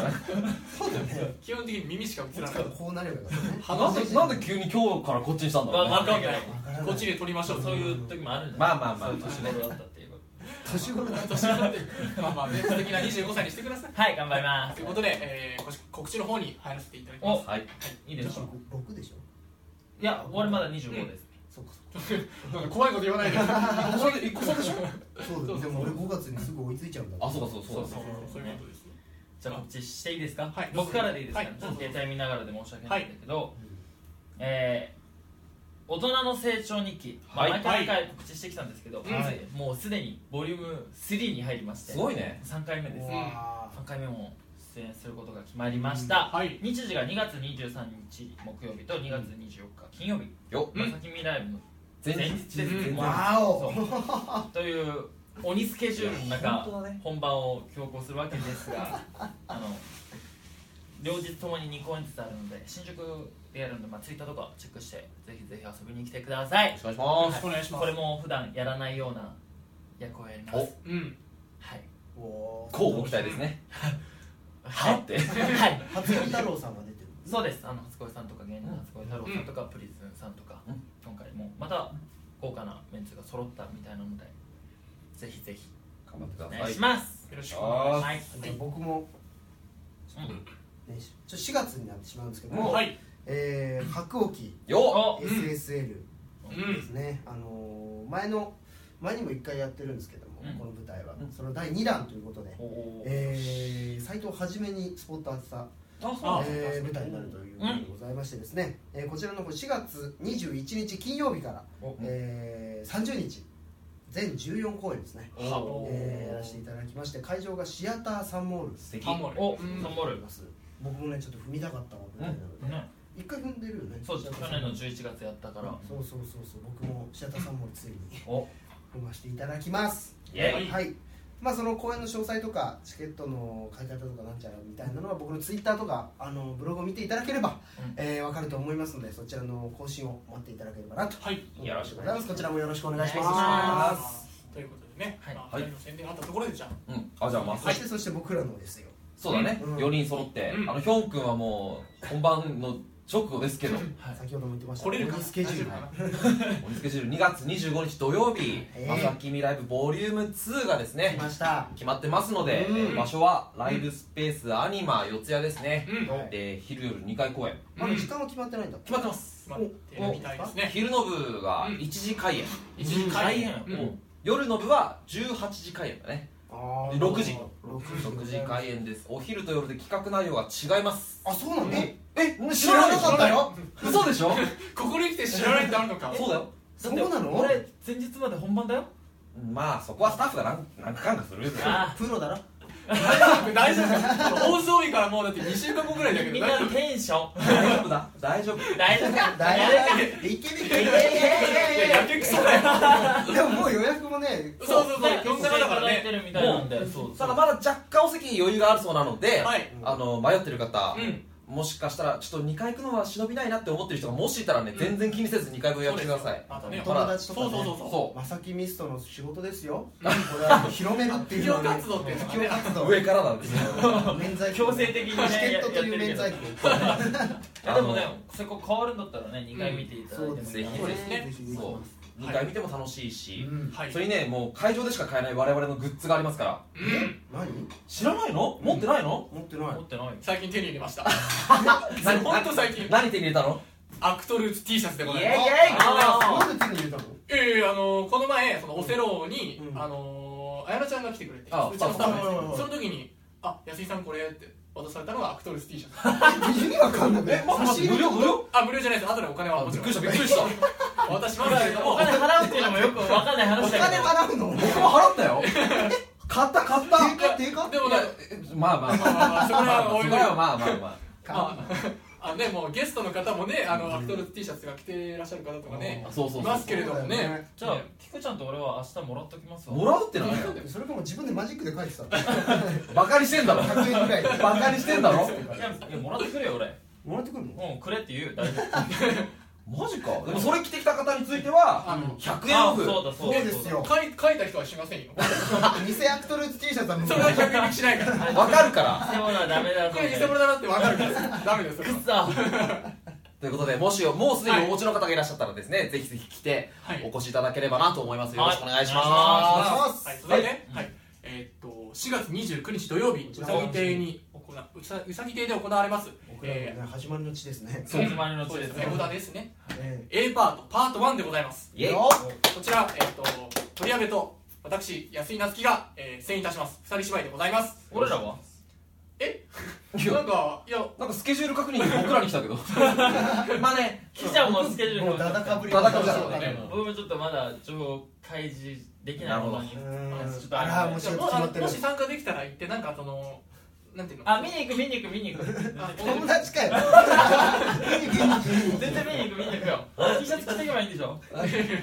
Speaker 4: そうだよね
Speaker 1: 基本的に耳しか映らない
Speaker 4: こうなればよかったね
Speaker 3: なんで、なんで急に今日からこっちにしたんだろう、
Speaker 2: わわ
Speaker 3: ね。
Speaker 2: かんない
Speaker 1: こっちで撮りましょう
Speaker 2: そ
Speaker 1: そうういう
Speaker 2: いう時もあるんだ
Speaker 3: まあまあまあ
Speaker 2: そういう年頃だったっていうこと
Speaker 4: 年頃だった
Speaker 1: 年なんでまあまあね素敵な25歳にしてください
Speaker 2: はい頑張りま
Speaker 1: ということで、えー、こし告知の方に入らせていただきます
Speaker 2: お
Speaker 3: はい。
Speaker 2: すいいですか
Speaker 4: 6でしょ
Speaker 2: いや俺まだ25です
Speaker 4: そうか
Speaker 1: なんか怖いこと言わないでそう
Speaker 3: それで一個差でしょ
Speaker 4: そうだよでも俺5月にすぐ追いついちゃうんだ
Speaker 3: あ、そうかそうそう
Speaker 1: そうそういうことです
Speaker 2: じゃあ告知していいですか、
Speaker 1: はい
Speaker 2: 僕からでいいですか、
Speaker 1: はい
Speaker 2: ちょっと携帯見ながらで申し訳ないんだけど、えー大人の成長日記、ま
Speaker 3: は
Speaker 2: あ
Speaker 3: い
Speaker 2: 毎回毎回告知してきたんですけど、
Speaker 1: はい
Speaker 2: もうすでにボリューム3に入りまして
Speaker 3: すごいね。
Speaker 2: 3回目です
Speaker 1: う
Speaker 2: 3
Speaker 1: わ
Speaker 2: 回目も出演することが決まりました、
Speaker 1: はい
Speaker 2: 日時が2月23日木曜日と2月24日金曜日
Speaker 3: よ、
Speaker 1: うん
Speaker 2: まさきみライブの
Speaker 3: 前
Speaker 2: 前日
Speaker 3: 日。
Speaker 2: です、
Speaker 1: うん
Speaker 2: もう
Speaker 4: わお
Speaker 2: そうという鬼スケジュールの中
Speaker 3: 本当だね
Speaker 2: 本番を強行するわけですがあの両日ともに2公演ずつあるので新宿でやるので、まあ、ツイッターとかチェックしてぜひぜひ遊びに来てください
Speaker 3: お願いしま
Speaker 1: ろし
Speaker 3: す
Speaker 1: くお願いします
Speaker 2: これも普段やらないような役をやります
Speaker 1: うん
Speaker 2: はい
Speaker 4: おー
Speaker 3: 交互期待ですね
Speaker 2: は
Speaker 3: はいって
Speaker 2: はい
Speaker 4: 初恋太郎さんが出てる
Speaker 2: そうですあの初恋さんとか芸人の初恋太郎さんとか、プリズンさんとか、
Speaker 3: うん
Speaker 2: 今回もまた豪華なメンツが揃ったみたいなのでぜひぜひ
Speaker 3: 頑張ってくだ
Speaker 2: お
Speaker 3: さい
Speaker 2: 願いします、
Speaker 1: よろしくお願いしま
Speaker 2: はい
Speaker 4: あの僕も、ね、ちょ4月になってしまうんですけど
Speaker 1: す
Speaker 4: も、
Speaker 1: はい
Speaker 4: えー白沖
Speaker 3: よっ
Speaker 2: お
Speaker 4: SSL
Speaker 1: うん
Speaker 4: ですね、あのー前の前にも1回やってるんですけども、
Speaker 2: うん
Speaker 4: この舞台は、
Speaker 3: うん
Speaker 4: その第2弾ということで、
Speaker 2: おー
Speaker 4: えー、斎藤はじめにスポット当てた、
Speaker 3: あ
Speaker 1: あ
Speaker 4: えー舞台になるということでございましてですね、えーこちらの方4月21日金曜日から、
Speaker 2: お
Speaker 4: えー、30日全14公演ですね、えーやらせていただきまして会場がシアターサンモール
Speaker 3: 素敵
Speaker 1: ハモリ
Speaker 2: お、
Speaker 1: うん
Speaker 2: サンボ
Speaker 4: あ
Speaker 2: ー
Speaker 4: り
Speaker 2: ル
Speaker 4: ます僕もねちょっと踏みたかったわ舞台なので、
Speaker 2: ね
Speaker 4: 一回踏んでるよね
Speaker 2: そうです
Speaker 4: シアタ
Speaker 2: 去
Speaker 4: ーサンモー
Speaker 2: 年の
Speaker 4: ル
Speaker 2: 11月やったから
Speaker 4: そうそうそうそう僕もシアターサンモールついに
Speaker 2: お
Speaker 4: 踏ませていただきます
Speaker 2: イエ
Speaker 1: は
Speaker 2: イ
Speaker 1: い
Speaker 4: はいまあその公演の詳細とかチケットの買い方とかなんちゃらみたいなのは僕のツイッターとかあのブログを見ていただければ、
Speaker 2: うん
Speaker 4: えー、分かると思いますのでそちらの更新を待っていただければなと
Speaker 1: はい
Speaker 3: よろしく
Speaker 4: ございますこちらもよろしくお願いします
Speaker 2: お願いし
Speaker 1: ということでね、
Speaker 2: はい
Speaker 1: まあ、2人の宣伝があったところでじゃあ、
Speaker 3: うんあじゃあまあ
Speaker 4: そしてそして僕らのですよ
Speaker 3: そうだね
Speaker 4: うん
Speaker 3: 4人揃って
Speaker 1: うん
Speaker 3: あのヒョン君はもう本番の直後ですけど
Speaker 2: はい
Speaker 4: 先ほども言ってました
Speaker 1: 来れるか
Speaker 4: 鬼
Speaker 1: な
Speaker 4: スケジュール
Speaker 1: 大丈夫かな
Speaker 3: 盛り付け汁2月25日土曜日
Speaker 4: えー
Speaker 3: まさきみライブボリューム2がです
Speaker 4: 来
Speaker 3: ね
Speaker 4: ました
Speaker 3: 決まってますので、
Speaker 4: うん
Speaker 3: えー場所はライブスペースアニマ四谷ですね、
Speaker 1: うん
Speaker 4: はい
Speaker 3: で昼夜2回公演
Speaker 4: まだ時間は決まってないんだ
Speaker 3: 決まってます
Speaker 1: 決まってるみたいですね
Speaker 3: 昼の部が
Speaker 1: うん
Speaker 3: 1時開演、
Speaker 1: 一時開演、
Speaker 3: うん夜の部は18時開演だね
Speaker 4: あー
Speaker 3: 6時
Speaker 4: 六時
Speaker 3: 6時開演ですお昼と夜で企画内容が違います
Speaker 4: あそうなんだ
Speaker 3: ええ知
Speaker 4: 知
Speaker 3: ら
Speaker 4: ら
Speaker 3: な
Speaker 4: な
Speaker 3: か
Speaker 4: かっ
Speaker 3: っ
Speaker 4: たた
Speaker 3: よ
Speaker 4: よ
Speaker 3: 嘘でしょ
Speaker 1: ここに来て知らないってあるのか
Speaker 3: そうだよ
Speaker 4: そうなの
Speaker 6: 俺前日まで本番だよ
Speaker 3: まあそこはスタッフがなんなんかかんかするよ
Speaker 2: あ
Speaker 4: プロだろ
Speaker 1: 大丈夫大丈夫放送日からもうだって2週間後ぐらいだけ
Speaker 2: み
Speaker 1: ど
Speaker 2: んな
Speaker 1: 大丈夫
Speaker 2: テンション
Speaker 3: 大丈夫だ大丈夫
Speaker 2: 大丈夫
Speaker 4: 大丈夫いけるいける
Speaker 1: い
Speaker 4: い
Speaker 1: ややけくそだよ
Speaker 4: けるでももう予約もね
Speaker 1: そうそうそう呼んだからだから
Speaker 2: いて
Speaker 1: ね
Speaker 2: るみたいなんでそう
Speaker 3: ただまだ若干お席に余裕があるそうなので、
Speaker 1: はい
Speaker 3: あの迷ってる方、
Speaker 1: うん
Speaker 3: もしかしたらちょっと2回行くのは忍びないなって思ってる人がもしいたらね、
Speaker 1: うん
Speaker 3: 全然気にせず2回分やってください
Speaker 1: またね
Speaker 3: ま
Speaker 4: 友
Speaker 3: だ
Speaker 4: 達とかね
Speaker 1: そうそうそう
Speaker 3: そ
Speaker 4: まさきミストの仕事ですよ。これは広めるっていうのはね。
Speaker 1: 布教活動っていうのが
Speaker 4: 布
Speaker 1: ね
Speaker 4: 教活動。
Speaker 3: 上からなんですよ
Speaker 4: 免罪
Speaker 2: 強制的にね
Speaker 4: チケットという免罪符。
Speaker 2: いやでもねそこ変わるんだったらね2回見ていただいてもいい
Speaker 3: ぜひ
Speaker 2: そう
Speaker 1: で
Speaker 2: ですす
Speaker 1: ね
Speaker 4: ぜひぜひ
Speaker 3: そ
Speaker 1: いう
Speaker 3: 2回見ても楽しいし、
Speaker 4: うん
Speaker 1: はい
Speaker 3: それにねもう会場でしか買えない我々のグッズがありますから
Speaker 1: うん
Speaker 4: 何？
Speaker 3: 知らないの持ってないの、
Speaker 4: 持ってない。
Speaker 2: 持ってないよ
Speaker 1: 最近手に入れました
Speaker 3: 何
Speaker 1: ほんと最近
Speaker 3: 何手に入れたの
Speaker 1: アクトルーツ T シャツでございます
Speaker 4: あ
Speaker 2: あ
Speaker 4: なんで手に入れたの？
Speaker 1: いやいやあのーこの前そのオセローに、
Speaker 4: うん
Speaker 1: あのー彩乃ちゃんが来てくれてうち
Speaker 3: あ
Speaker 1: のスタッフなんですけ
Speaker 4: はいはいは
Speaker 1: ど
Speaker 4: い
Speaker 1: その時に「あ安井さんこれ」って渡されたのがアクトルス T シャツ
Speaker 4: 意味わかんなくない。
Speaker 3: え待って待って無料無料
Speaker 1: あ無料じゃないです後でお金は
Speaker 3: あ
Speaker 1: も
Speaker 3: び
Speaker 1: ち
Speaker 3: っ
Speaker 1: ろ
Speaker 3: く
Speaker 1: ん
Speaker 3: りしたびっくりした
Speaker 1: お渡ししますけれど
Speaker 2: お
Speaker 1: も
Speaker 2: 金払うっていうのもよく分かんない
Speaker 4: お
Speaker 2: 話だ
Speaker 4: 金
Speaker 2: けど
Speaker 4: 払うの？
Speaker 3: 僕も払ったよ買った買った
Speaker 4: 定価定価？
Speaker 1: でも
Speaker 3: い
Speaker 1: ね
Speaker 3: やえまあまあま
Speaker 1: まあ
Speaker 3: あ
Speaker 1: まあまあそこら辺はおいおい
Speaker 3: まあまあまあまあ
Speaker 1: まああねもうゲストの方もねあのアクトルス T シャツが着てらっしゃる方とかね
Speaker 3: そうそ
Speaker 1: いう
Speaker 3: うそ
Speaker 1: ますけれども
Speaker 4: そうだよ
Speaker 1: ね
Speaker 4: ね
Speaker 2: じゃあ菊ちゃんと俺は明日もらっときますわ
Speaker 3: もらうってのはね
Speaker 4: それかもう自分でマジックで書いてた。
Speaker 3: バカにしてんだろ
Speaker 4: 100円ぐらいで。
Speaker 3: バカにしてんだろ
Speaker 2: いやいやもらってくれよ俺
Speaker 4: もらってくるの？
Speaker 2: うんくれって言う大丈夫
Speaker 3: マジかでもそれ着てきた方については
Speaker 1: あの
Speaker 3: 100円オ
Speaker 2: あそう
Speaker 3: フ
Speaker 4: そ
Speaker 2: だそううだ
Speaker 4: ですよ。
Speaker 1: 書い書いた人はしませんよ
Speaker 4: 偽アクトルーツ T シャツは無
Speaker 1: そ
Speaker 4: 料
Speaker 1: れ。は100円引きしないから
Speaker 2: そうだ
Speaker 3: わかるから
Speaker 2: 偽物はダメだぞ
Speaker 1: これ偽物だなって分かるからダメですよ
Speaker 2: くっそ
Speaker 3: ということでもしもうすでにお持ちの方がいらっしゃったらですねぜひぜひ来て
Speaker 1: はい
Speaker 3: お越しいただければなと思いますよろしくお願いし
Speaker 2: お願
Speaker 3: ま
Speaker 2: いします
Speaker 1: はい、続いて、はい、えーっと、4月29日土曜日、うさぎ亭に行な、うさ、うさぎ亭で行われます。
Speaker 4: 僕らのね始まりの地ですね。
Speaker 2: そうつまりの
Speaker 1: そう
Speaker 2: 地
Speaker 1: で
Speaker 2: ですす
Speaker 1: ね
Speaker 2: ね、
Speaker 1: 小田ですね。
Speaker 4: え
Speaker 1: A パート、パート1でございます。
Speaker 3: すイエイ
Speaker 4: よ
Speaker 1: こちら、えーっと、取り上げと、私、安井夏樹が、えー、出演いたします。二人芝居でございます。
Speaker 2: 俺らは
Speaker 1: なんか、いや、
Speaker 3: なんかスケジュール確認僕らに来たけどまあね
Speaker 2: 菊ちゃんもスケジュール
Speaker 4: もうダダかぶり。
Speaker 3: ダダかぶりだ
Speaker 1: そうだね
Speaker 2: 僕もちょっとまだ情報開示できないものにちょっと
Speaker 4: あらもう
Speaker 1: じゃあ
Speaker 4: 4
Speaker 1: もうあ
Speaker 4: 月決ま
Speaker 1: の
Speaker 4: ってる
Speaker 1: もし参加できたら行って、なんかその、なんていうの
Speaker 2: あ見に行く見に行く見に行く
Speaker 1: あ
Speaker 4: 友達かよ
Speaker 2: 全然見に行く見に行くよ T シャツ着ていけばいいんでしょ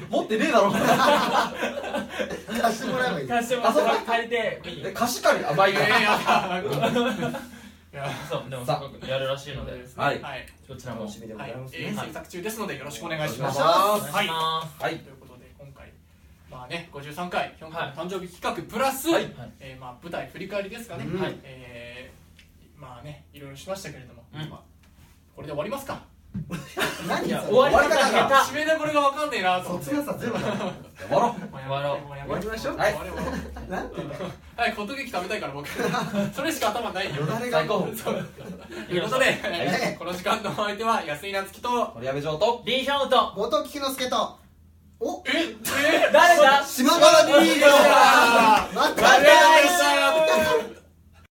Speaker 3: 持ってねえだろ
Speaker 4: 貸してもらえばいい
Speaker 2: 貸してもらって借りて見に 行
Speaker 3: え
Speaker 2: く
Speaker 3: 貸し借りあバイ
Speaker 1: い
Speaker 3: ク
Speaker 1: やいやいや、いや
Speaker 7: そうでもすごくやるらしいので
Speaker 3: はい
Speaker 1: はい
Speaker 7: こちらも
Speaker 4: 楽しみでございます
Speaker 1: え
Speaker 4: ね
Speaker 1: ー、制作中ですのでよろしくお願いします。
Speaker 3: お願
Speaker 7: お
Speaker 3: いし
Speaker 1: は
Speaker 7: 願い
Speaker 1: い
Speaker 7: し。ます
Speaker 3: はい
Speaker 1: ということで今回まあね53回ヒョン君の
Speaker 7: はい
Speaker 1: 誕生日企画プラス、
Speaker 7: はい
Speaker 1: えーまあ舞台振り返りですかね。
Speaker 4: うん
Speaker 7: はい
Speaker 1: えーまあねいろいろしましたけれども、
Speaker 7: うん
Speaker 1: まあこれで終わりますか。
Speaker 4: 何
Speaker 7: いや
Speaker 4: それ
Speaker 7: 終わり
Speaker 3: 終わり
Speaker 7: 方
Speaker 3: 方が
Speaker 7: が下
Speaker 1: 締めどこれがわかんねえなと思って。
Speaker 4: 卒業さ全部
Speaker 3: 終わろう
Speaker 1: もうやめ
Speaker 7: 終わろう
Speaker 1: もやめ
Speaker 3: 終わりましょう
Speaker 1: 終わろう終わろう
Speaker 4: なんて言うんだろう
Speaker 1: はいホットケーキ食べたいから僕。それしか頭ないよ。
Speaker 4: よだれが
Speaker 3: 最高
Speaker 1: そうということで、この時間のお相手は安井夏樹と。
Speaker 3: 取り上げ上と
Speaker 7: リーヒョンウと
Speaker 4: 後藤菊之助とお
Speaker 1: ええ
Speaker 7: 誰だ
Speaker 4: 島原 D です